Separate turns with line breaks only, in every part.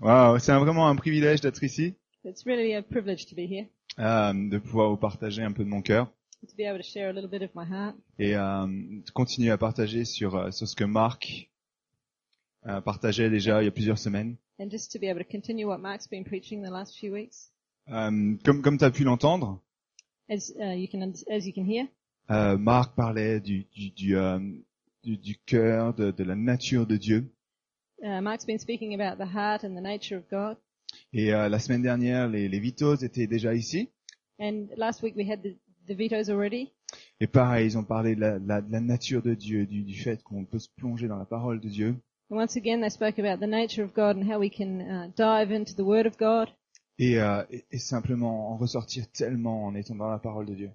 Waouh, c'est un- vraiment un privilège d'être ici,
It's really a privilege to be here,
euh, de pouvoir vous partager un peu de mon cœur
to be able to share a little bit of my heart,
et euh, de continuer à partager sur, euh, sur ce que Marc euh, partageait déjà il y a plusieurs semaines.
and just to be able to continue what Mark's been preaching the last few weeks.
Euh, comme comme tu as pu l'entendre,
As uh, you can und- as you can hear,
euh, Marc parlait du, du, du, euh, du, du cœur, de, de la nature de Dieu.
uh, Mark's been speaking about the heart and the nature of God.
Et euh, la semaine dernière, les, les Vitos étaient déjà ici.
And last week we had the, the vetoes already,
Et pareil, ils ont parlé de la, de la- de la nature de Dieu, du, du fait qu'on peut se plonger dans la parole de Dieu.
and once again they spoke about the nature of God and how we can uh, dive into the Word of God
Et, euh, et, et simplement en ressortir tellement en étant dans la parole de Dieu.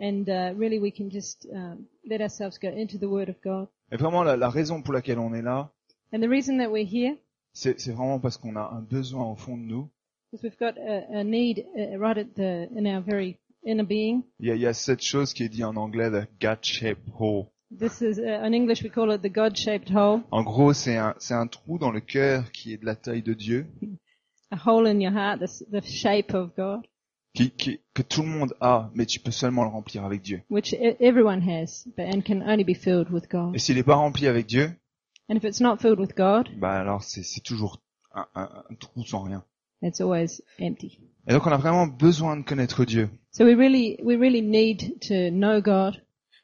and uh, really we can just um, let ourselves go into the Word of God.
Et vraiment, la, la raison pour laquelle on est là,
And the reason that we're here
c'est c'est vraiment parce qu'on a un besoin au fond de nous.
is we've got a, a need uh, right at the in our very inner being.
Il y a, il y a cette chose qui est dit en anglais, the God shape hole.
This is uh, in English we call it the God-shaped hole,
En gros, c'est un, c'est un trou dans le cœur qui est de la taille de Dieu,
a hole in your heart, this, the shape of God,
qui, qui, que tout le monde a, mais tu peux seulement le remplir avec Dieu.
which e- everyone has, but and can only be filled with
Et
God.
s'il n'est pas rempli avec Dieu,
And if it's not filled with God,
bah alors c'est c'est toujours un, un- un trou sans rien.
it's always empty.
Et donc on a vraiment besoin de connaître Dieu.
So we really, we really need to know God.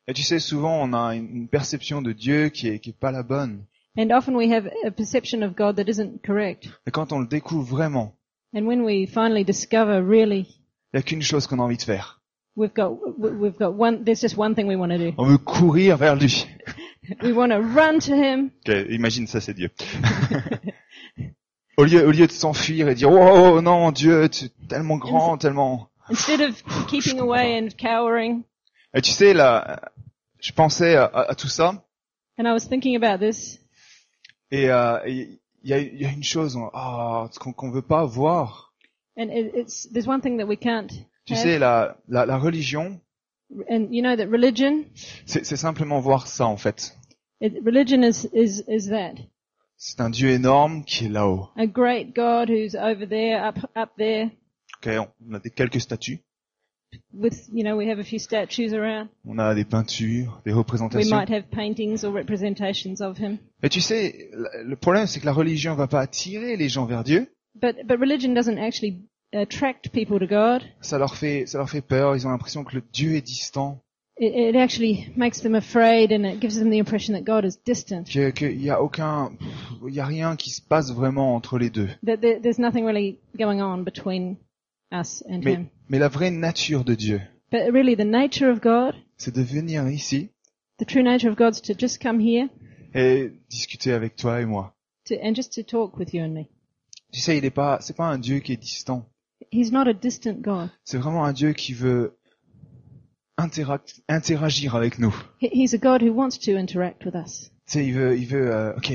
Et tu sais, souvent on a une, une perception de Dieu qui est, qui est pas la bonne.
And often we have a perception of God that isn't correct.
Et quand on le découvre vraiment,
And when we finally discover really,
il n'y a qu'une chose qu'on a envie de faire.
we've got, we- we've got one, there's just one thing we want to do.
On veut courir vers lui.
We want to run to Him
Ok, imagine ça, c'est Dieu. au lieu, au lieu de s'enfuir et dire, oh, oh, non, Dieu, tu es tellement grand, tellement.
instead of keeping away and cowering.
Et tu sais, là, je pensais à, à- à tout ça,
And I was thinking about this
et euh, et il y, a, il y a une chose, on- ah, ce qu'on qu'on veut pas voir.
And it, it's there's one thing that we can't.
Tu
have.
sais, la, la, la religion,
and you know that religion,
c'est c'est simplement voir ça, en fait.
it, religion is is is that
C'est un Dieu énorme qui est là-haut.
a great God who's over there, up up there,
Ok, on a des, quelques statues,
with you know we have a few statues around.
on a des peintures, des
We
représentations.
might have paintings or representations of him.
Et tu sais, la- le problème, c'est que la religion va pas attirer les gens vers Dieu.
But but religion doesn't actually attract people to God.
ça leur fait ça leur fait peur, ils ont l'impression que le Dieu est distant,
It, it actually makes them afraid, and it gives them the impression that God is distant.
que qu'il y a aucun pff, il y a rien qui se passe vraiment entre les deux.
That there, there's nothing really going on between us and
Mais
him.
mais la vraie nature de Dieu,
But really, the nature of God
c'est de venir ici
the true nature of God's to just come here
et discuter avec toi et moi.
to, and just to talk with you and me.
Tu sais, il est pas c'est pas un Dieu qui est distant,
He's not a distant God.
c'est vraiment un Dieu qui veut interac- interagir avec nous.
He, he's a God who wants to interact with us.
Tu sais, il veut il veut euh, OK,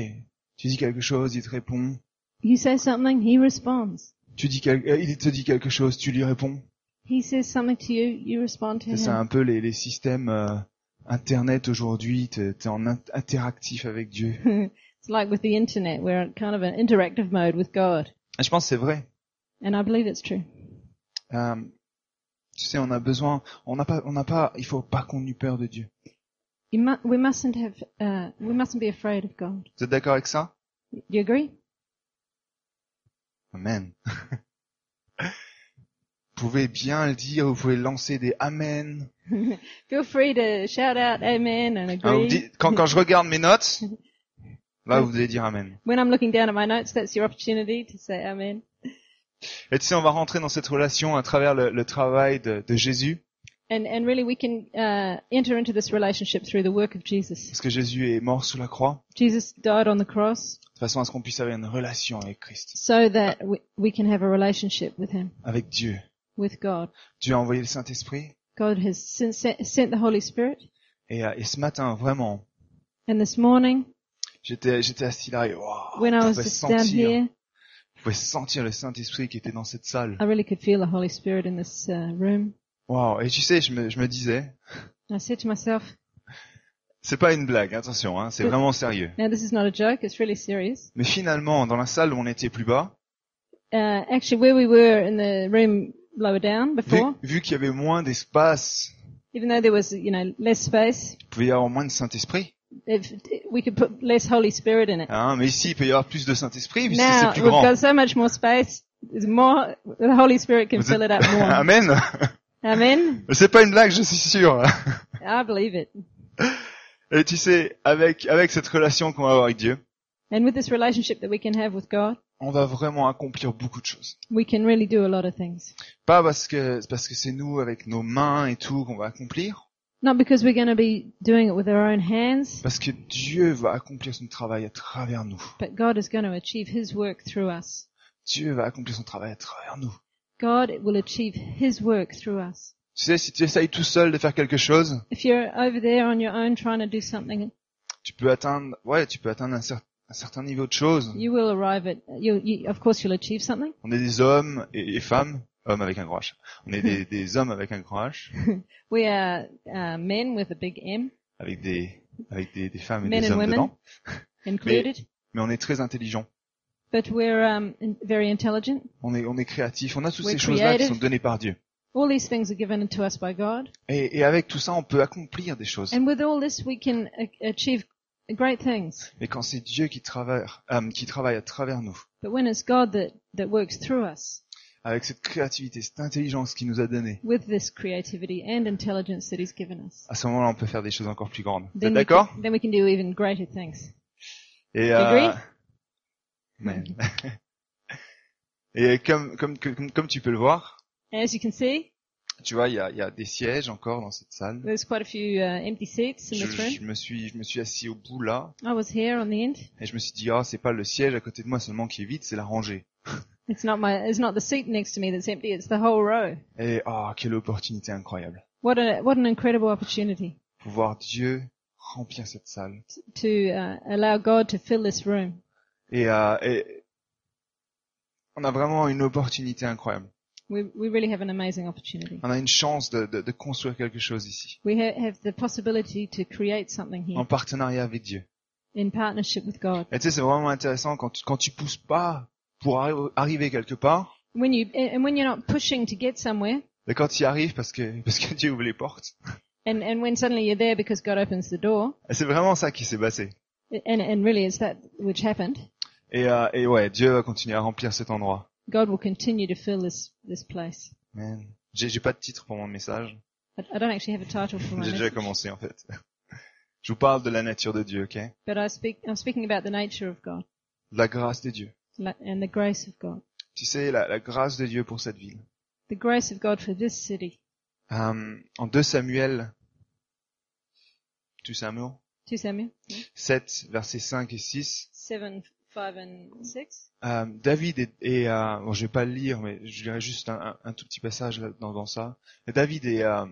tu dis quelque chose, il te répond.
You say something, he responds.
Tu dis quel- euh, il te dit quelque chose, tu lui réponds.
He says something to you, you respond to
C'est ça
him.
un peu les, les systèmes euh, Internet aujourd'hui, t'es t'es en in- interactif avec Dieu.
It's like with the internet, we're in kind of an interactive mode with God.
Et je pense que c'est vrai.
And I believe it's true.
Euh, tu sais, on a besoin, on n'a pas, on n'a pas, il faut pas qu'on eût peur de Dieu.
You mu- we mustn't have, uh, we mustn't be afraid of God.
Vous êtes d'accord avec ça
Do you agree?
Amen. vous pouvez bien le dire, vous pouvez lancer des amen.
Feel free to shout out amen and
Hein, vous
agree.
dites- quand, quand je regarde mes notes, là vous allez dire amen.
when I'm looking down at my notes, that's your opportunity to say amen.
Et tu sais, on va rentrer dans cette relation à travers le, le travail de, de Jésus,
And, and really, we can uh, enter into this relationship through the work of Jesus.
parce que Jésus est mort sous la croix,
Jesus died on the cross
de façon à ce qu'on puisse avoir une relation avec Christ.
so that we, we can have a relationship with Him,
avec Dieu.
with God.
Dieu a envoyé le Saint-Esprit.
God has sen- sent, sent the Holy Spirit.
Et, euh, et ce matin, vraiment,
And this morning,
j'étais, j'étais assis là et wow,
when I was
pouvais
just down
sentir,
Oh, here,
je pouvais sentir le Saint-Esprit qui était dans cette salle.
I really could feel the Holy Spirit in this uh, room.
Wow. Et tu sais, je me, je me disais,
And I said to myself,
c'est pas une blague, attention, hein, c'est
Oui.
vraiment sérieux.
now this is not a joke, it's really serious.
Mais finalement, dans la salle où on était plus bas,
uh, actually where we were in the room lower down
Vu,
before,
vu qu'il y avait moins d'espace,
even though there was, you know, less space,
il pouvait y avoir moins de Saint-Esprit.
if we could put less Holy Spirit in it.
Hein, mais ici, il peut y avoir plus de Saint-Esprit, puisque c'est
Now
plus
we've
grand.
got so much more space. There's more. The Holy Spirit can
Vous êtes-
fill it up more.
Amen.
Amen.
C'est pas une blague, je suis sûr.
I believe it.
Et tu sais, avec, avec cette relation qu'on va avoir avec Dieu,
And with this relationship that we can have with God,
on va vraiment accomplir beaucoup de choses.
we can really do a lot of things.
Pas parce que c'est parce que c'est nous avec nos mains et tout qu'on va accomplir,
Not because we're going to be doing it with our own hands,
parce que Dieu va accomplir son travail à travers nous.
but God is going to achieve His work through us.
Dieu va accomplir son travail à travers nous.
God will achieve His work through us.
Tu sais, si tu essayes tout seul de faire quelque chose,
If you're over there on your own trying to do something,
tu peux atteindre, ouais, tu peux atteindre un, cer- un certain niveau de choses.
you will arrive at. You, you, of course, you'll achieve something.
On est des hommes et, et femmes, hommes avec un grand H. On est des, des hommes avec un grand H,
We are uh, men with a big M
avec des, avec des, des femmes et
Men
des
and
hommes
women.
dedans.
included,
Mais on est très intelligents.
but we're um, in- very intelligent.
On est, on est créatif. On a toutes
We're
ces choses-là qui
creative.
sont données par Dieu.
All these things are given to us by God,
Et, et avec tout ça, on peut accomplir des choses.
and with all this we can a- achieve great things.
Mais quand c'est Dieu qui travaille, euh, qui travaille à travers nous,
But when it's God that, that works through us
avec cette créativité, cette intelligence qu'il nous a donnée,
with this creativity and intelligence that He's given us,
à ce moment-là, on peut faire des choses encore plus grandes. Vous êtes
then we,
d'accord
can, then we can do even greater things.
Et euh,
Agree
mais- et comme, comme comme comme tu peux le voir,
As you can see,
tu vois, il y a, il y a des sièges encore dans cette salle.
there's quite a few uh, empty seats in
Je,
this room.
je me suis je me suis assis au bout là
I was here on the end.
et je me suis dit ah c'est pas le siège à côté de moi seulement qui est vide, c'est la rangée.
It's not my, it's not the seat next to me that's empty. It's the whole row.
Et ah quelle opportunité incroyable.
What a, what an incredible opportunity
Pouvoir Dieu remplir cette salle.
to uh, allow God to fill this room.
Et, euh, et on a vraiment une opportunité incroyable.
We, we really have an amazing opportunity.
On a une chance de, de, de construire quelque chose ici,
We ha- have the possibility to create something here
en partenariat avec Dieu.
in partnership with God.
Et tu sais, c'est vraiment intéressant quand tu, quand tu pousses pas pour arri- arriver quelque part,
When you and and when you're not pushing to get somewhere,
et quand tu y arrives parce que parce que Dieu ouvre les portes.
and and when suddenly you're there because God opens the door,
Et c'est vraiment ça qui s'est passé.
and and really it's that which happened.
Et, euh, et ouais, Dieu va continuer à remplir cet endroit.
God will continue to fill this this place.
Man. J'ai j'ai pas de titre pour mon message.
I, I don't actually have a title for my
J'ai déjà
message,
commencé en fait. Je vous parle de la nature de Dieu, ok De
but I speak I'm speaking about the nature of God
la grâce de Dieu.
la- and the grace of God,
Tu sais, la, la grâce de Dieu pour cette ville.
the grace of God for this city.
Euh, en 2 Samuel, 2 Samuel,
Two Samuel
7, versets 5 et 6,
seven five and six.
euh, David et, et, euh, bon, je vais pas le lire, mais je lirai juste un, un- un tout petit passage là- dans, dans ça. Mais David est, euh,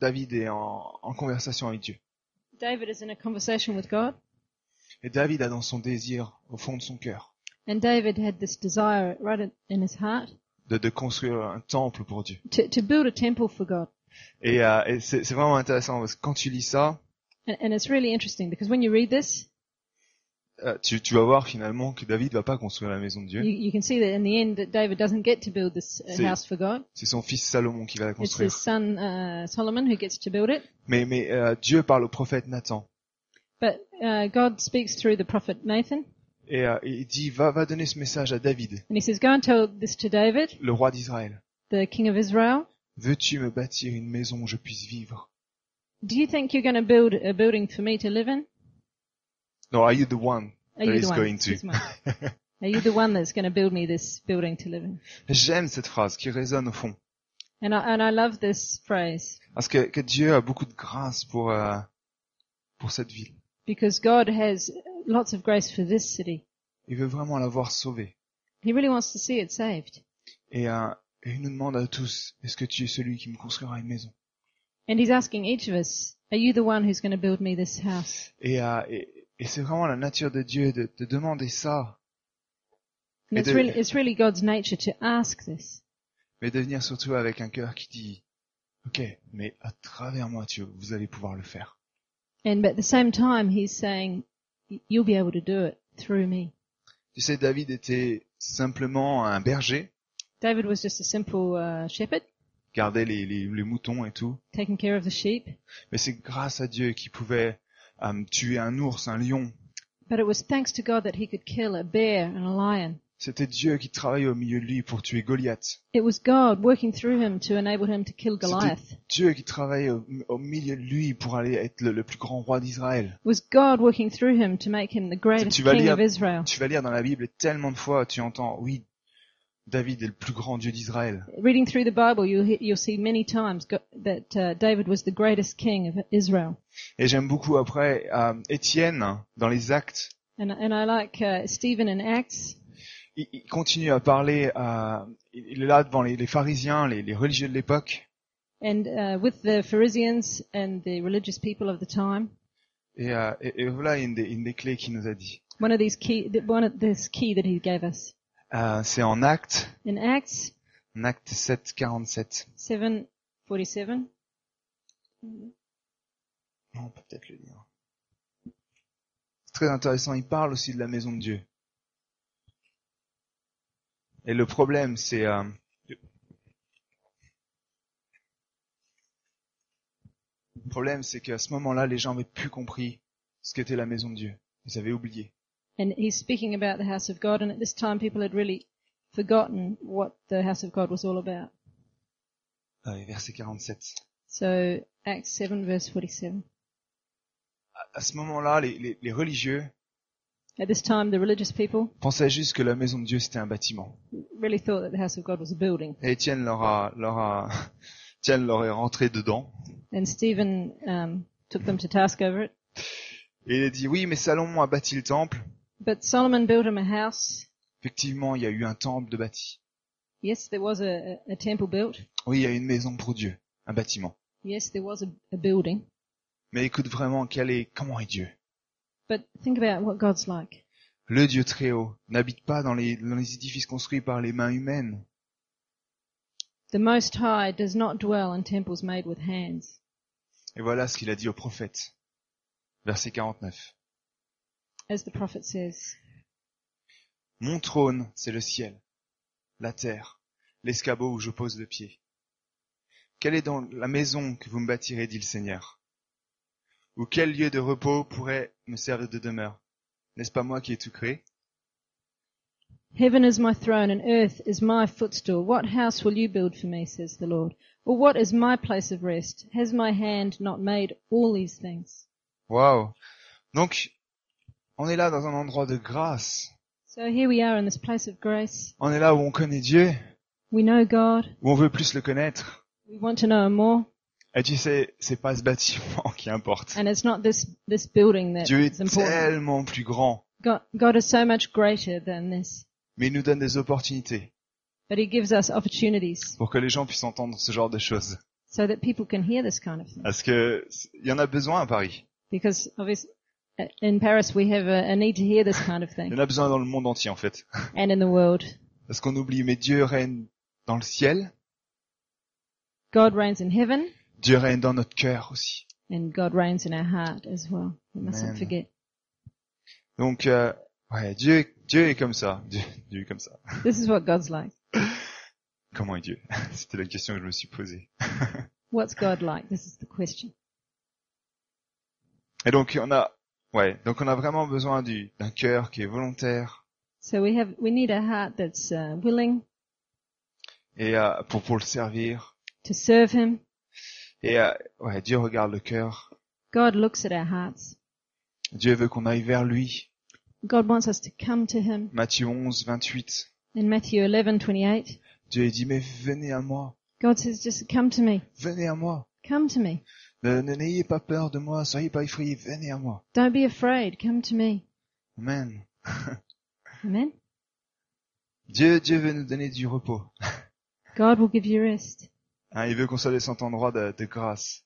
David est en, en conversation avec Dieu.
David is in a conversation with God,
Et David a dans son désir, au fond de son cœur,
and David had this desire right in- in his heart
de, de construire un temple pour Dieu.
to, to build a temple for God.
Et, euh, et c'est c'est vraiment intéressant parce que quand tu lis ça,
And, and it's really interesting because when you read this,
euh, tu, tu vas voir finalement que David va pas construire la maison de
you,
Dieu.
you can see that in the end that David doesn't get to build this uh,
C'est-
house for God.
C'est son fils Salomon qui va la
It's
construire.
his son uh, Solomon who gets to build it.
Mais, mais euh, Dieu parle au prophète Nathan.
But uh, God speaks through the prophet Nathan
Et euh, il dit, va, va donner ce message à David,
and he says, Go and tell this to David,
le roi d'Israël.
the king of Israel.
Veux-tu me bâtir une maison où je puisse vivre?
Do you think you're going to build a building for me to live in?
No, are you the one that
Are you the
is
one?
going to?
Excuse me. Are you the one that's going to build me this building to live in?
J'aime cette phrase qui résonne au fond.
And I, and I love this phrase
Parce que, que Dieu a beaucoup de grâce pour, euh, pour cette ville.
because God has lots of grace for this city.
Il veut vraiment l'avoir sauvée.
He really wants to see it saved.
Et, euh, et il nous demande à tous, est-ce que tu es celui qui me construira une maison?
And he's asking each of us, are you the one who's going to build me this house?
Et, euh, et, et c'est vraiment la nature de Dieu de, de demander ça,
And it's
It-
really, it's really God's nature to ask this,
mais de venir surtout avec un cœur qui dit, ok, mais à travers moi, Dieu, vous allez pouvoir le faire.
and but at the same time, he's saying, "Y- you'll be able to do it through me.
Tu Tu sais, David était simplement un berger,
David was just a simple uh, shepherd
gardait les, les, les moutons et tout.
taking care of the sheep,
Mais c'est grâce à Dieu qu'il pouvait euh, tuer un ours, un lion.
but it was thanks to God that he could kill a bear and a lion.
C'était Dieu qui travaillait au milieu de lui pour tuer Goliath.
It was God working through him to enable him to kill Goliath. It
Dieu qui travaillait au, au milieu de lui pour aller être le, le plus grand roi d'Israël.
was God working through him to make him the greatest
tu vas
king
lire-
of Israel.
Tu vas lire dans la Bible tellement de fois, tu entends, oui, David est le plus grand Dieu d'Israël.
Reading through the Bible, you, he- you'll see many times go- that uh, David was the greatest king of Israel.
Et j'aime beaucoup après euh, Étienne dans les Actes.
And, and I like uh, Stephen in Acts.
Il, il continue à parler, euh, il est là devant les, les pharisiens, les, les religieux de l'époque,
And uh, with the Phariseans and the religious people of the time,
et, euh, et- et voilà une des, une des clés qu'il nous a dit.
one of these key, th- one of this key that he gave us
Euh, C'est en Actes,
in Acts
en Actes 7, 47.
seven forty-seven.
On peut peut-être le lire. C'est très intéressant, il parle aussi de la maison de Dieu. Et le problème, c'est... euh, Le problème, c'est qu'à ce moment-là, les gens n'avaient plus compris ce qu'était la maison de Dieu. Ils avaient oublié.
And he's speaking about the house of God, and at this time people had really forgotten what the house of God was all about.
Allez, verset 47.
So Acts 7 verse 47.
À ce moment-là, les, les- les religieux
At this time the religious people
pensaient juste que la maison de Dieu, c'était un bâtiment.
really thought that the house of God was a building.
Et Étienne leur a, leur a, Étienne leur est rentré dedans.
And Stephen um, took them to task over it.
Et il a dit, oui, mais Salomon a bâti le temple.
But Solomon built him a house.
Effectivement, il y a eu un temple de bâti.
Yes, there was a, a a temple built.
Oui, il y a une maison pour Dieu, un bâtiment.
Yes, there was a, a building.
Mais écoute vraiment, quel est, comment est Dieu
But think about what God's like.
Le Dieu très haut n'habite pas dans les, dans les édifices construits par les mains humaines.
The Most High does not dwell in temples made with hands.
Et voilà ce qu'il a dit au prophète. Verset 49.
As the prophet says,
Mon trône, c'est le ciel, la terre, l'escabeau où je pose le pied. Quelle est donc la maison que vous me bâtirez, dit le Seigneur Ou quel lieu de repos pourrait me servir de demeure N'est-ce pas moi qui ai tout créé
Heaven is my throne and earth is my footstool. What house will you build for me, says the Lord? Or what is my place of rest? Has my hand not made all these things?
Waouh Donc, on est là dans un endroit de grâce.
So here we are in this place of grace.
On est là où on connaît Dieu,
We know God.
où on veut plus le connaître.
We want to know Him more.
Et tu sais, c'est pas ce bâtiment qui importe.
And it's not this, this building that
Dieu
is
est
important.
tellement plus grand,
God, God is so much greater than this.
mais il nous donne des opportunités
But He gives us opportunities
pour que les gens puissent entendre ce genre de choses.
so that people can hear this kind of thing.
Parce que c- il y en a besoin à Paris.
Because obviously, in Paris we have a, a need to hear this kind of
Il y
thing.
en a besoin dans le monde entier en fait.
And in the world.
Parce qu'on oublie, mais Dieu règne dans le ciel,
God reigns in heaven.
Dieu règne dans notre cœur aussi.
And God reigns in our heart as well. We mustn't
Amen.
forget.
Donc, euh, ouais, Dieu, Dieu est comme ça. Dieu, Dieu est comme ça.
This is what God's like.
Comment est Dieu C'était la question que je me suis posée.
What's God like? This is the question.
Et donc on a, ouais, donc on a vraiment besoin du d'un cœur qui est volontaire
So we have, we need a heart that's uh, willing
et euh, pour pour le servir.
to serve Him.
Et euh, ouais, Dieu regarde le cœur.
God looks at our hearts.
Dieu veut qu'on aille vers lui.
God wants us to come to Him.
Matthieu 11, 28.
In Matthew 11:28,
Dieu il dit mais venez à moi,
God says, "Just come to me.
venez à moi.
Come to me.
Ne ne- n'ayez pas peur de moi, soyez pas effrayés, venez à moi.
Don't be afraid. Come to me."
Amen.
Amen.
Dieu Dieu veut nous donner du repos.
God will give you rest.
Hein, il veut qu'on soit dans cet endroit de, de grâce.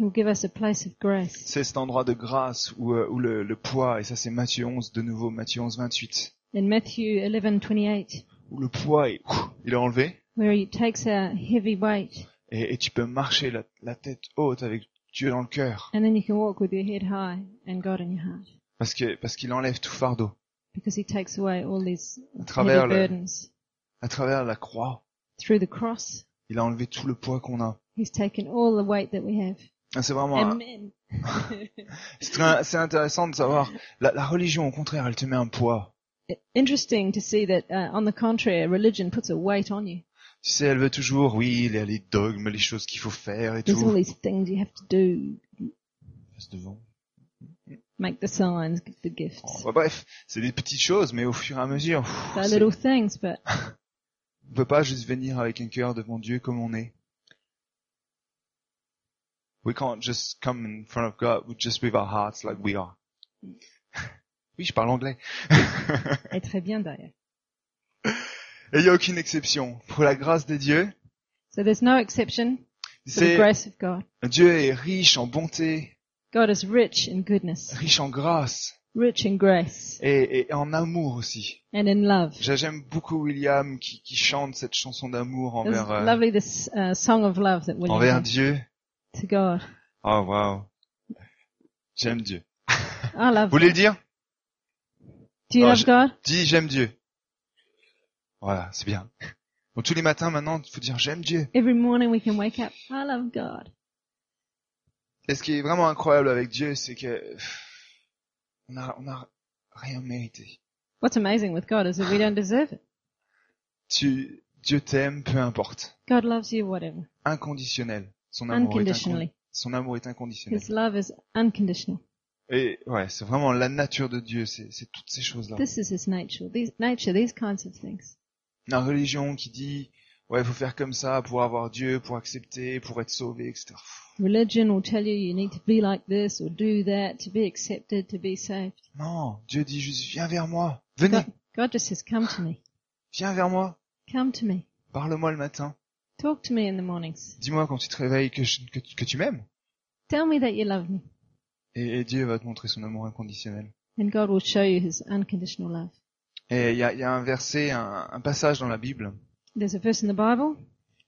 He will give us a place of grace.
C'est cet endroit de grâce où, euh, où le, le poids, et ça c'est Matthieu 11 de nouveau, Matthieu 11, 28,
In Matthew 11:28,
où le poids est- il est enlevé.
where He takes our heavy weight,
et, et tu peux marcher la, la tête haute avec Dieu dans le cœur
and then you can walk with your head high and God in your heart.
parce que parce qu'il enlève tout fardeau.
because he takes away all these
À travers
heavy
le-
burdens.
à travers la croix.
Through the cross,
Il a enlevé tout le poids qu'on a.
he's taken all the weight that we have.
Ah, C'est vraiment, un-
Amen.
c'est très- c'est intéressant de savoir. La, la religion, au contraire, elle te met un poids.
Interesting to see that, uh, on the contrary, religion puts a weight on you.
Tu sais, elle veut toujours, oui, les, les dogmes, les choses qu'il faut faire et
There's all
tout.
these things you have to do.
Passe devant.
Make the signs, give the
Oh,
gifts.
bah, bref, c'est des petites choses, mais au fur et à mesure, pff,
They're
c'est-
little things, but
on peut pas juste venir avec un cœur devant Dieu comme on est. We can't just come in front of God with- just with our hearts like we are. Oui, je parle anglais.
et très bien d'ailleurs.
Et il n'y a aucune exception. Pour la grâce de Dieu,
So there's no exception for the
c'est,
grace of God.
Dieu est riche en bonté,
God is rich in goodness,
riche en grâce
rich in grace,
et, et en amour aussi.
and in love.
J'a- J'aime beaucoup William qui, qui chante cette chanson d'amour
It was
envers, euh,
lovely this uh, song of love that William
envers
had
Dieu.
to God.
Oh wow. J'aime Dieu.
I
Vous
love.
voulez le dire?
Do you
Non,
love
je-
God?
Dis j'aime Dieu. Voilà, c'est bien. Donc tous les matins maintenant, il faut dire j'aime Dieu.
Every morning we can wake up. I love God.
Et ce qui est vraiment incroyable avec Dieu, c'est que pff, on a, on a rien mérité.
What's amazing with God is that we don't deserve it.
Tu, Dieu t'aime, peu importe.
God loves you, whatever,
Inconditionnel. Son amour, est inconditionnel.
unconditionally.
Son amour est inconditionnel.
His love is unconditional.
Et ouais, c'est vraiment la nature de Dieu, c'est c'est toutes ces choses-là.
This is His nature. These nature, these kinds of things.
La religion qui dit, ouais, il faut faire comme ça pour avoir Dieu, pour accepter, pour être sauvé, etc.
Religion will tell you you need to be like this or do that to be accepted, to be saved.
Non, Dieu dit juste, viens vers moi, venez,
God, God just says, "Come to me.
viens vers moi,
Come to me.
parle-moi le matin,
Talk to me in the mornings.
dis-moi quand tu te réveilles que, je- que, tu- que tu m'aimes.
Tell me that you love me."
Et, et Dieu va te montrer son amour inconditionnel.
And God will show you His unconditional love.
Et il y a, il y a un verset, un, un passage dans la Bible
There's a verse in the Bible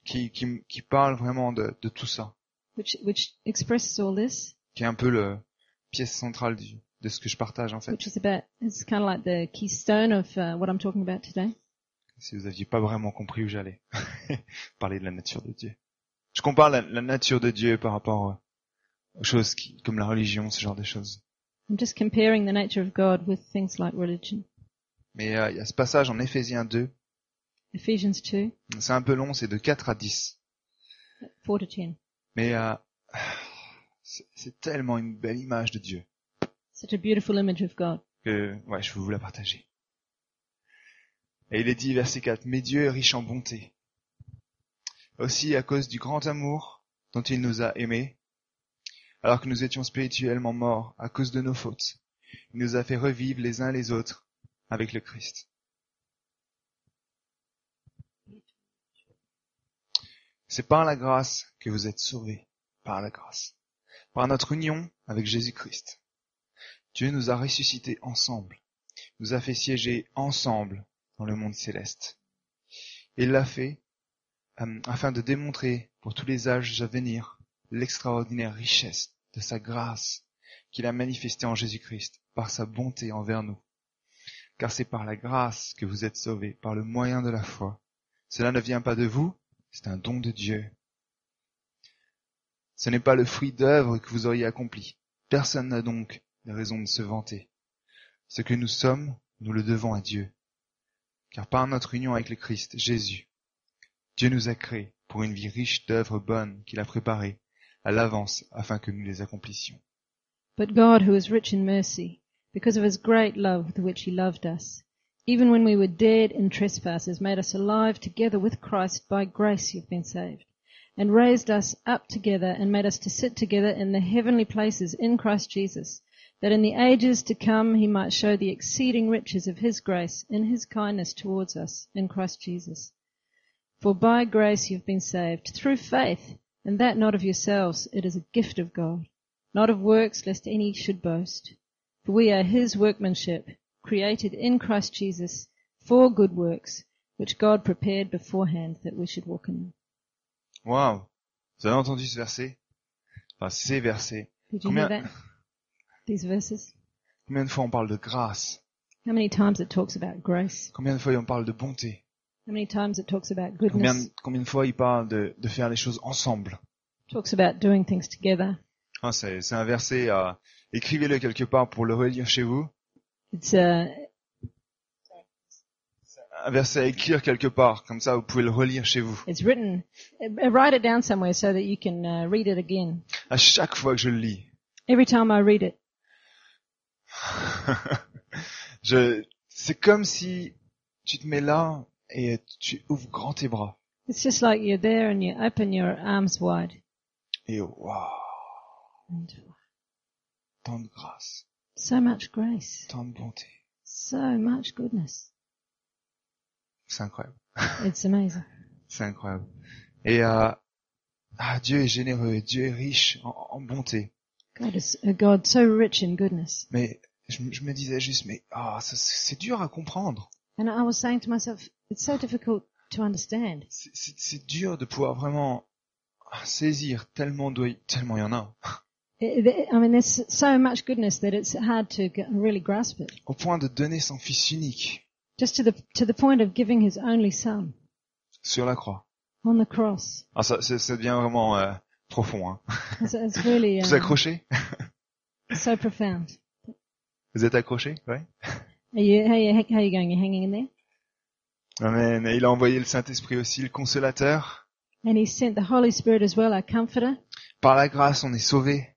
qui, qui, qui parle vraiment de, de tout ça,
which which expresses all this.
qui est un peu le pièce centrale du- de ce que je partage en fait.
which is about it's kind of like the keystone of uh, what I'm talking about today.
Si vous aviez pas vraiment compris où j'allais, parler de la nature de Dieu. Je compare la, la nature de Dieu par rapport euh, aux choses qui, comme la religion, ce genre de choses.
I'm just comparing the nature of God with things like religion.
Mais euh, il y a ce passage en Éphésiens 2,
Ephesians 2,
c'est un peu long, c'est de 4 à 10.
4 to 10.
Mais euh, c'est c'est tellement une belle image de Dieu
Such a beautiful image of God.
que ouais, je vais vous la partager. Et il est dit, verset 4, Mais Dieu est riche en bonté. Aussi à cause du grand amour dont il nous a aimés, alors que nous étions spirituellement morts à cause de nos fautes, il nous a fait revivre les uns les autres avec le Christ. C'est par la grâce que vous êtes sauvés, par la grâce, par notre union avec Jésus-Christ. Dieu nous a ressuscités ensemble, nous a fait siéger ensemble dans le monde céleste. Il l'a fait euh, afin de démontrer pour tous les âges à venir l'extraordinaire richesse de sa grâce qu'il a manifestée en Jésus-Christ par sa bonté envers nous. Car c'est par la grâce que vous êtes sauvés, par le moyen de la foi. Cela ne vient pas de vous, c'est un don de Dieu. Ce n'est pas le fruit d'œuvres que vous auriez accompli. Personne n'a donc de raison de se vanter. Ce que nous sommes, nous le devons à Dieu. Car par notre union avec le Christ, Jésus, Dieu nous a créés pour une vie riche d'œuvres bonnes qu'il a préparées à l'avance afin que nous les accomplissions.
But God, who is rich in mercy, because of his great love with which he loved us, even when we were dead in trespasses, made us alive together with Christ. By grace you've been saved. And raised us up together and made us to sit together in the heavenly places in Christ Jesus, that in the ages to come he might show the exceeding riches of his grace in his kindness towards us in Christ Jesus. For by grace you've been saved through faith, and that not of yourselves, it is a gift of God not of works, lest any should boast. For we are his workmanship, created in Christ Jesus for good works, which God prepared beforehand that we should walk in them.
Waouh Vous avez entendu ce verset Enfin, ces versets.
Did you
Combien-
hear that? These verses?
Combien de fois on parle de grâce
How many times it talks about grace?
Combien de fois on parle de bonté
How many times it talks about
combien,
goodness?
combien de fois il parle de, de faire les choses ensemble
Talks about doing things together.
Hein, C'est c'est un verset, à écrivez-le quelque part pour le relire chez vous.
It's uh, a
Un verset à écrire quelque part, comme ça vous pouvez le relire chez vous.
it's written. uh, Write it down somewhere so that you can uh, read it again.
À chaque fois que je le lis,
Every time I read it,
je, c'est comme si tu te mets là et tu ouvres grand tes bras.
it's just like you're there and you open your arms wide.
Et waouh,
And
tant de grâce,
so much grace,
tant de bonté.
so much goodness.
C'est incroyable.
It's amazing.
C'est incroyable. Et euh, ah, Dieu est généreux, et Dieu est riche en, en bonté.
God is a God so rich in goodness.
Mais je, m- je me disais juste, mais ah, ça, c'est c'est dur à comprendre.
And I was saying to myself, it's so difficult to understand.
C'est- C'est c'est dur de pouvoir vraiment saisir tellement d'oeil, tellement il y en a.
It- it- I mean, there's so much goodness that it's hard to g- really grasp it.
Au point de donner son Fils unique
Just to the to the point of giving His only Son
sur la croix.
on the cross.
Ah, ça, ça, ça devient vraiment euh, profond. Hein.
It's, it's really
Vous
um,
accrochez
so profound.
Vous êtes accrochés Ouais.
Are you how you how you going? You hanging in there?
Amen. Et il a envoyé le Saint-Esprit aussi, le Consolateur.
And He sent the Holy Spirit as well, our Comforter.
Par la grâce, on est sauvé.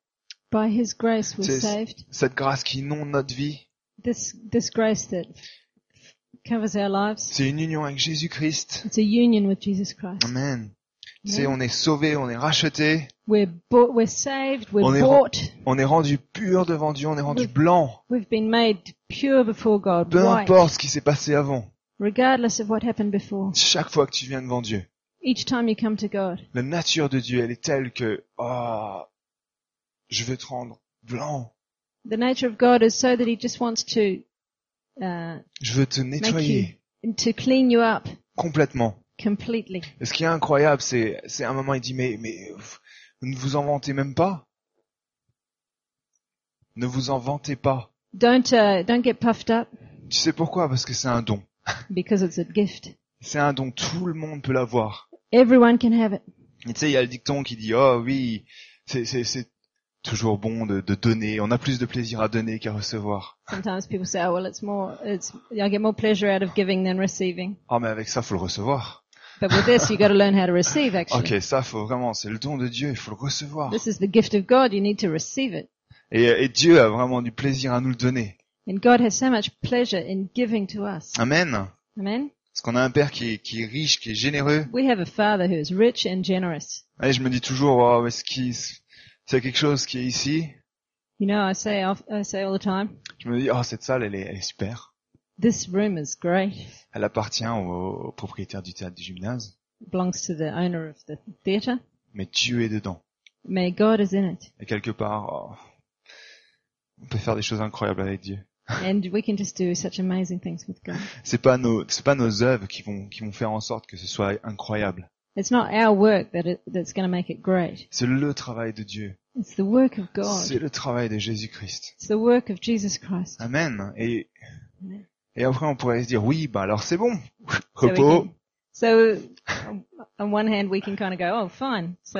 By His grace, we're
Yes.
saved.
Cette grâce qui inonde notre vie,
This this grace that covers our lives.
c'est une union avec Jésus-Christ.
It's a union with Jesus Christ.
Amen. C'est
Amen.
on est sauvé, on est racheté,
We're bought, we're saved, we're
On est ren-
bought.
on est rendu pur devant Dieu, on est rendu
Oui.
blanc.
We've been made pure before God,
Peu
white,
importe ce qui s'est passé avant.
regardless of what happened before.
Chaque fois que tu viens devant Dieu,
Each time you come to God,
la nature de Dieu, elle est telle que, ah, je veux te rendre blanc.
the nature of God is so that He just wants to uh,
Je veux te
make you
nettoyer
to clean you up
complètement.
completely.
Et ce qui est incroyable, c'est, c'est un moment, il dit, mais, mais, euh, ne vous en vantez même pas. Ne vous en vantez pas.
Don't uh, don't get puffed up
Tu sais pourquoi Parce que c'est un don.
because it's a gift.
C'est un don, tout le monde peut l'avoir.
Everyone can have it.
Et Tu sais, il y a le dicton qui dit, oh oui, c'est- c'est c'est toujours bon de, de donner, on a plus de plaisir à donner qu'à recevoir.
Sometimes people say, "Oh well, it's more it's I get more pleasure out of giving than receiving."
Ah mais avec ça, faut le recevoir.
But with this, you got to learn how to receive. Actually,
Ok, ça, faut vraiment, c'est le don de Dieu, il faut le recevoir.
this is the gift of God. You need to receive it.
Et, et Dieu a vraiment du plaisir à nous le donner.
And God has so much pleasure in giving to us.
Amen.
Amen.
Parce qu'on a un Père qui est, qui est riche, qui est généreux.
We have a Father who is rich and generous.
Et je me dis toujours, oh, mais ce qui, c'est quelque chose qui est ici.
You know, I say of- I say all the time,
Je me dis, oh, cette salle, elle est, elle est super.
this room is great.
Elle appartient au, au propriétaire du théâtre du gymnase.
It belongs to the owner of the theatre.
mais Dieu est dedans.
May God is in it,
Et quelque part, oh, on peut faire des choses incroyables avec Dieu.
and we can just do such amazing things with God.
C'est pas nos, c'est pas nos œuvres qui vont, qui vont faire en sorte que ce soit incroyable.
It's not our work that it, that's going to make it great.
C'est le travail de Dieu.
It's the work of God.
C'est le travail de Jésus Christ.
It's the work of Jesus Christ.
Amen. Et,
Amen.
et après, on pourrait se dire, oui, bah alors c'est bon.
So, we
Repos.
can- so on- on one hand, we can kind of go, oh, fine. So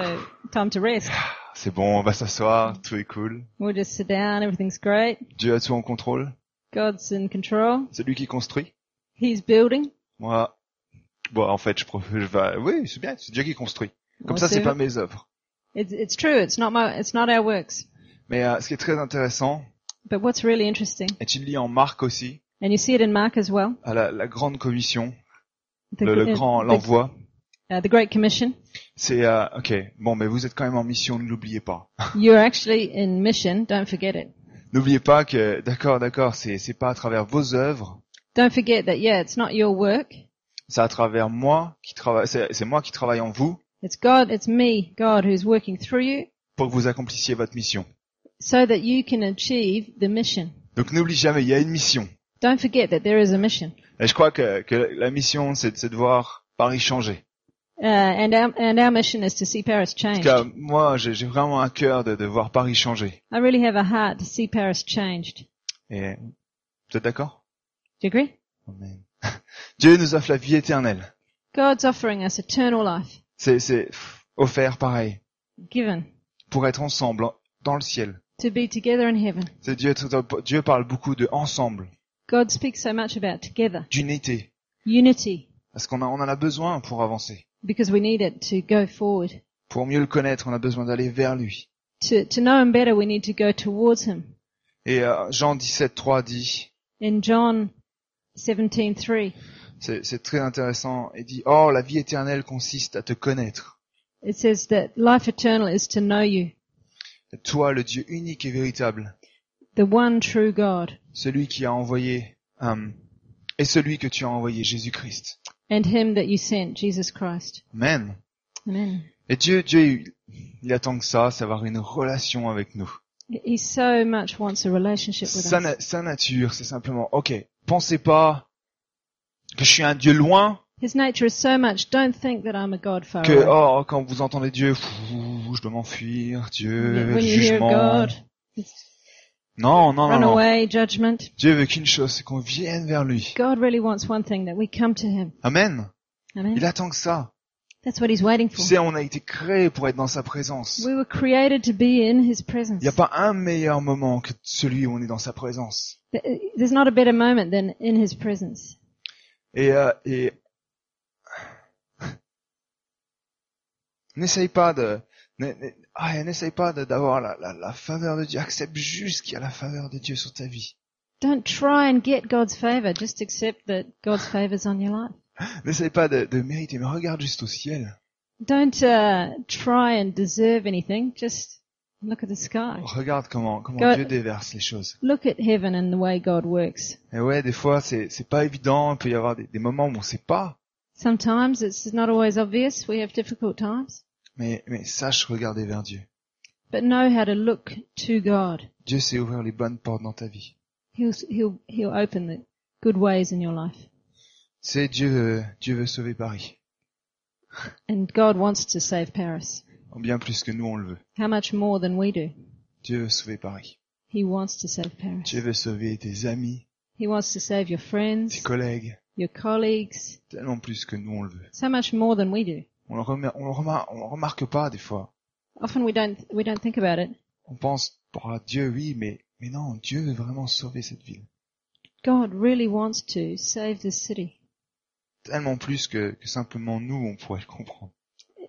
time to rest.
C'est bon, on va s'asseoir, tout est cool.
We'll just sit down. Everything's great.
Dieu a tout en contrôle.
God's in control.
C'est lui qui construit.
He's building.
Moi, bon, en fait, je, prof- je vais, oui, c'est bien, c'est Dieu qui construit. Comme
I'll
ça, c'est
do
pas
it.
mes œuvres.
It's, it's true. It's not my, it's not our works.
Mais euh, ce qui est très intéressant,
But what's really interesting,
et tu le lis en Marc aussi,
and you see it in Mark as well,
à la, la grande commission,
the,
le, le
uh,
grand
the,
l'envoi.
uh, the Great Commission.
C'est euh, ok. Bon, mais vous êtes quand même en mission, ne l'oubliez pas.
You're actually in mission. Don't forget it.
N'oubliez pas que d'accord, d'accord, c'est c'est pas à travers vos œuvres,
Don't forget that, yeah, it's not your work.
c'est à travers moi qui travaille. C'est c'est moi qui travaille en vous
It's God, it's me, God, who's working through you
pour que vous accomplissiez votre mission.
so that you can achieve the mission.
Donc n'oublie jamais, il y a une mission.
Don't forget that there is a mission.
Et je crois que que la mission, c'est de- c'est de voir Paris changer.
Uh, and our, and our mission is to see Paris
En tout
change.
cas, moi, j'ai j'ai vraiment à cœur de, de voir Paris changer.
I really have a heart to see Paris changed.
Et vous êtes d'accord
Do you agree?
Amen. Dieu nous offre la vie éternelle.
God's offering us eternal life,
C'est, c'est pff, offert pareil
given
pour être ensemble en- dans le ciel.
to be together in heaven.
C'est Dieu, Dieu parle beaucoup de ensemble,
God speaks so much about together,
d'unité,
unity,
parce qu'on a- on en a besoin pour avancer,
because we need it to go forward.
pour mieux le connaître, on a besoin d'aller vers lui.
To, to know Him better, we need to go towards Him.
Et euh, Jean 17, 3 dit,
In John 17:3,
c'est, c'est très intéressant, il dit, Or la vie éternelle consiste à te connaître,
it says that life eternal is to know you,
toi le Dieu unique et véritable,
the one true God,
celui qui a envoyé, euh, et celui que tu as envoyé, Jésus-Christ.
and Him that you sent, Jesus Christ.
Amen.
Amen.
Et Dieu, Dieu, il attend que ça, c'est avoir une relation avec nous.
He so much wants a relationship with
Sa,
us.
na- sa nature, c'est simplement, ok, pensez pas que je suis un Dieu loin,
His nature is so much, don't think that I'm a God far
que
away.
oh, quand vous entendez Dieu, fou, je dois m'enfuir, Dieu,
When you hear
oh, jugement. Oh.
God,
Non, non, non,
run
non.
away, judgment.
Dieu veut qu'une chose, c'est qu'on vienne vers lui.
God really wants one thing, that we come to Him.
Amen.
Amen.
Il attend que ça.
That's what He's waiting
Tu
for.
sais, on a été créé pour être dans sa présence.
We were created to be in His
Il
presence.
n'y a pas un meilleur moment que celui où on est dans sa présence.
Th- uh, There's not a better moment than in His presence.
Et, euh, et... n'essaye pas de, n- n- ah, n'essaye pas de- d'avoir la, la, la faveur de Dieu. Accepte juste qu'il y a la faveur de Dieu sur ta vie.
Don't try and get God's favor. Just accept that God's favor's on your life.
N'essaye pas de, de mériter, mais regarde juste au ciel.
Don't uh, try and deserve anything. Just look at the sky.
Regarde comment, comment
God-
Dieu déverse les choses.
Look at heaven and the way God works.
Et ouais, des fois, c'est, c'est pas évident. Il peut y avoir des, des moments où on sait pas.
Sometimes it's not always obvious. We have difficult times,
Mais, mais sache regarder vers Dieu.
but know how to look to God.
Dieu sait ouvrir les bonnes portes dans ta vie.
He'll he'll he'll open the good ways in your life.
C'est Dieu, veut- Dieu veut sauver Paris.
And God wants to save Paris.
En Oh, bien plus que nous, on le veut.
How much more than we do?
Dieu veut sauver Paris.
He wants to save Paris.
Dieu veut sauver tes amis,
He wants to save your
tes
friends,
collègues,
your colleagues,
tellement plus que nous on le veut.
so much more than we do.
On le, remar- on le remar- on le remarque pas des fois.
Often we don't we don't think about it.
On pense, bah, Dieu oui, mais, mais non, Dieu veut vraiment sauver cette ville.
God really wants to save this city.
Tellement plus que, que simplement nous on pourrait le comprendre.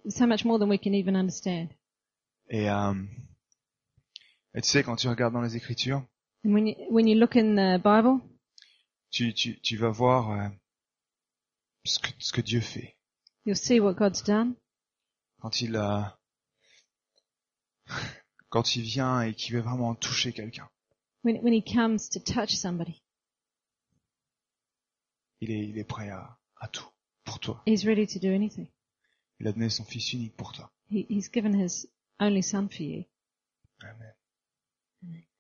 So much more than we can even understand.
Et, euh, et tu sais, quand tu regardes dans les Écritures,
And when you when you look in the Bible,
tu, tu, tu vas voir euh, ce, que, ce que Dieu fait.
you'll see what God's done
Quand il, euh, quand il vient et qu'il veut vraiment toucher quelqu'un,
when when He comes to touch somebody.
il est, il est prêt à, à tout pour toi.
He's ready to do anything.
Il a donné son Fils unique pour toi.
He, he's given His only Son for you.
Amen.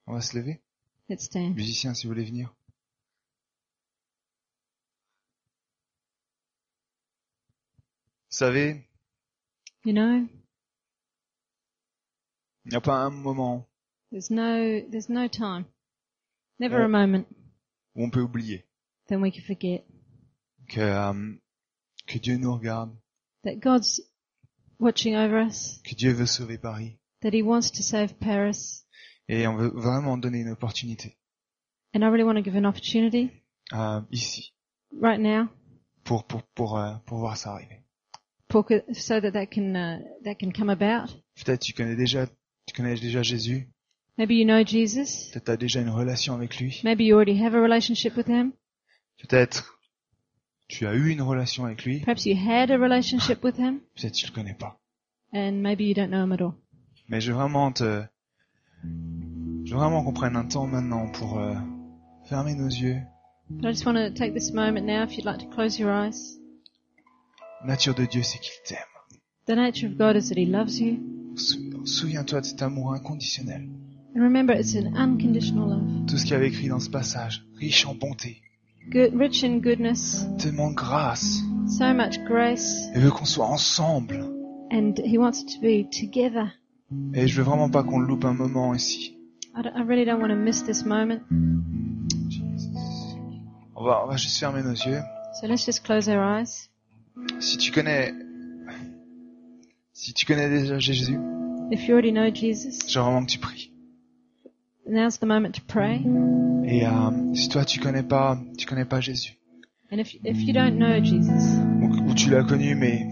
On va se lever.
Let's stand.
Musiciens, si vous voulez venir. Vous savez,
You know,
il n'y a pas un moment
there's no there's no time, never
Yeah.
a moment
où on peut oublier
then we can forget
que, euh, que Dieu nous regarde,
that God's watching over us,
que Dieu veut sauver Paris.
that He wants to save Paris,
Et on veut vraiment donner une opportunité
and I really want to give an opportunity
euh, ici
right now
pour pour pour euh, pour voir ça arriver.
for, so that that can uh, that can come about.
Peut-être tu connais déjà tu connais déjà Jésus,
Maybe you know Jesus.
peut-être tu as déjà une relation avec lui,
Maybe you already have a relationship with Him.
peut-être tu as eu une relation avec lui,
Perhaps you had a relationship with Him,
peut-être tu le connais pas.
and maybe you don't know Him at all.
Mais je veux vraiment te... Je veux vraiment qu'on prenne un temps maintenant pour euh, fermer nos yeux.
But I just want to take this moment now, if you'd like to close your eyes.
La nature de Dieu, c'est qu'il t'aime.
The nature of God is that He loves you,
Sou- Souviens-toi de cet amour inconditionnel.
and remember, it's an unconditional love,
Tout ce qu'il y avait écrit dans ce passage, riche en bonté,
good, rich in goodness,
tellement de grâce.
so much grace.
Et veut qu'on soit ensemble.
and he wants to be together.
Et je veux vraiment pas qu'on loupe un moment ici.
I, don't- I really don't want to miss this moment.
Jesus. On va, on va juste fermer nos yeux.
So let's just close our eyes.
Si tu connais, si tu connais déjà Jésus,
If you already know Jesus,
j'aimerais vraiment que tu pries.
now's the moment to pray.
Et euh, si toi tu connais pas, tu connais pas Jésus,
And if, if you don't know Jesus,
ou, ou tu l'as connu mais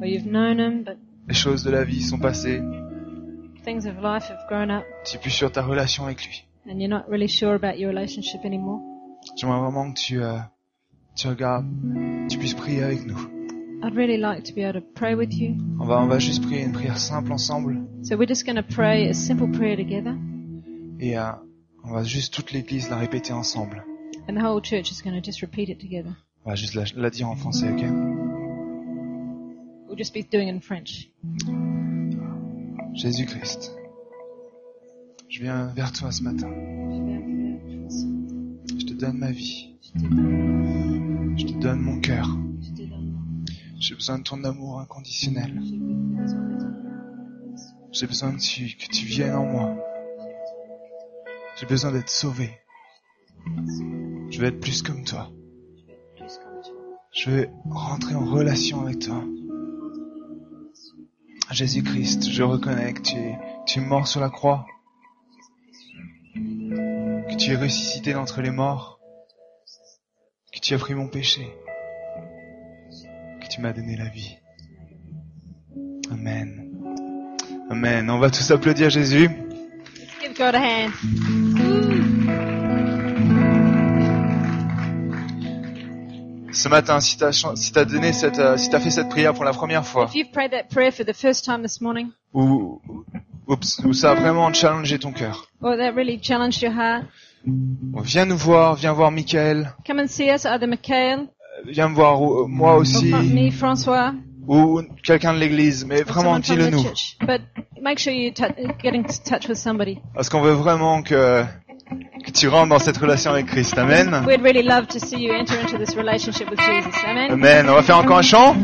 or you've known him, but
les choses de la vie sont passées,
things of life have grown up
tu es plus sur ta relation avec lui.
and you're not really sure about your relationship anymore,
J'aimerais vraiment que tu, euh, tu regardes, tu puisses prier avec nous.
I'd really like to be able to pray with you.
On va, on va juste prier une prière simple ensemble
So we're just going to pray a simple prayer together,
et euh, on va juste toute l'église la répéter ensemble.
and the whole church is going to just repeat it together.
On va juste la, la dire en français, ok
We'll just be doing it in French.
Jésus-Christ, je viens vers toi ce matin. Je te donne ma vie. Je te donne mon cœur. J'ai besoin de ton amour inconditionnel. J'ai besoin que tu, que tu viennes en moi. J'ai besoin d'être sauvé. Je veux être plus comme toi. Je veux rentrer en relation avec toi. Jésus-Christ, je reconnais que tu es, tu es mort sur la croix. Que tu es ressuscité d'entre les morts. Que tu as pris mon péché. Que tu m'as donné la vie. Amen. Amen. On va tous applaudir Jésus.
Give God a hand.
Ce matin, si t'as chan- si t'as donné cette, euh, si t'as fait cette prière pour la première fois,
If you've prayed that prayer for the first time this morning,
ou, oups, ou ça a vraiment challengé ton cœur,
or that really challenged your heart,
bon, viens nous voir, viens voir Michael,
come and see us, either Michael,
euh, viens me voir euh, moi
or
aussi,
Fra- me, Francois,
ou quelqu'un de l'église, mais
or
vraiment
someone from
dis-le
the
nous,
church. But make sure you tou- get in touch with somebody.
parce qu'on veut vraiment que, que tu rentres dans cette relation avec Christ. Amen.
We'd really love to see you enter into this relationship with Jesus. Amen.
Amen. On va faire encore un chant.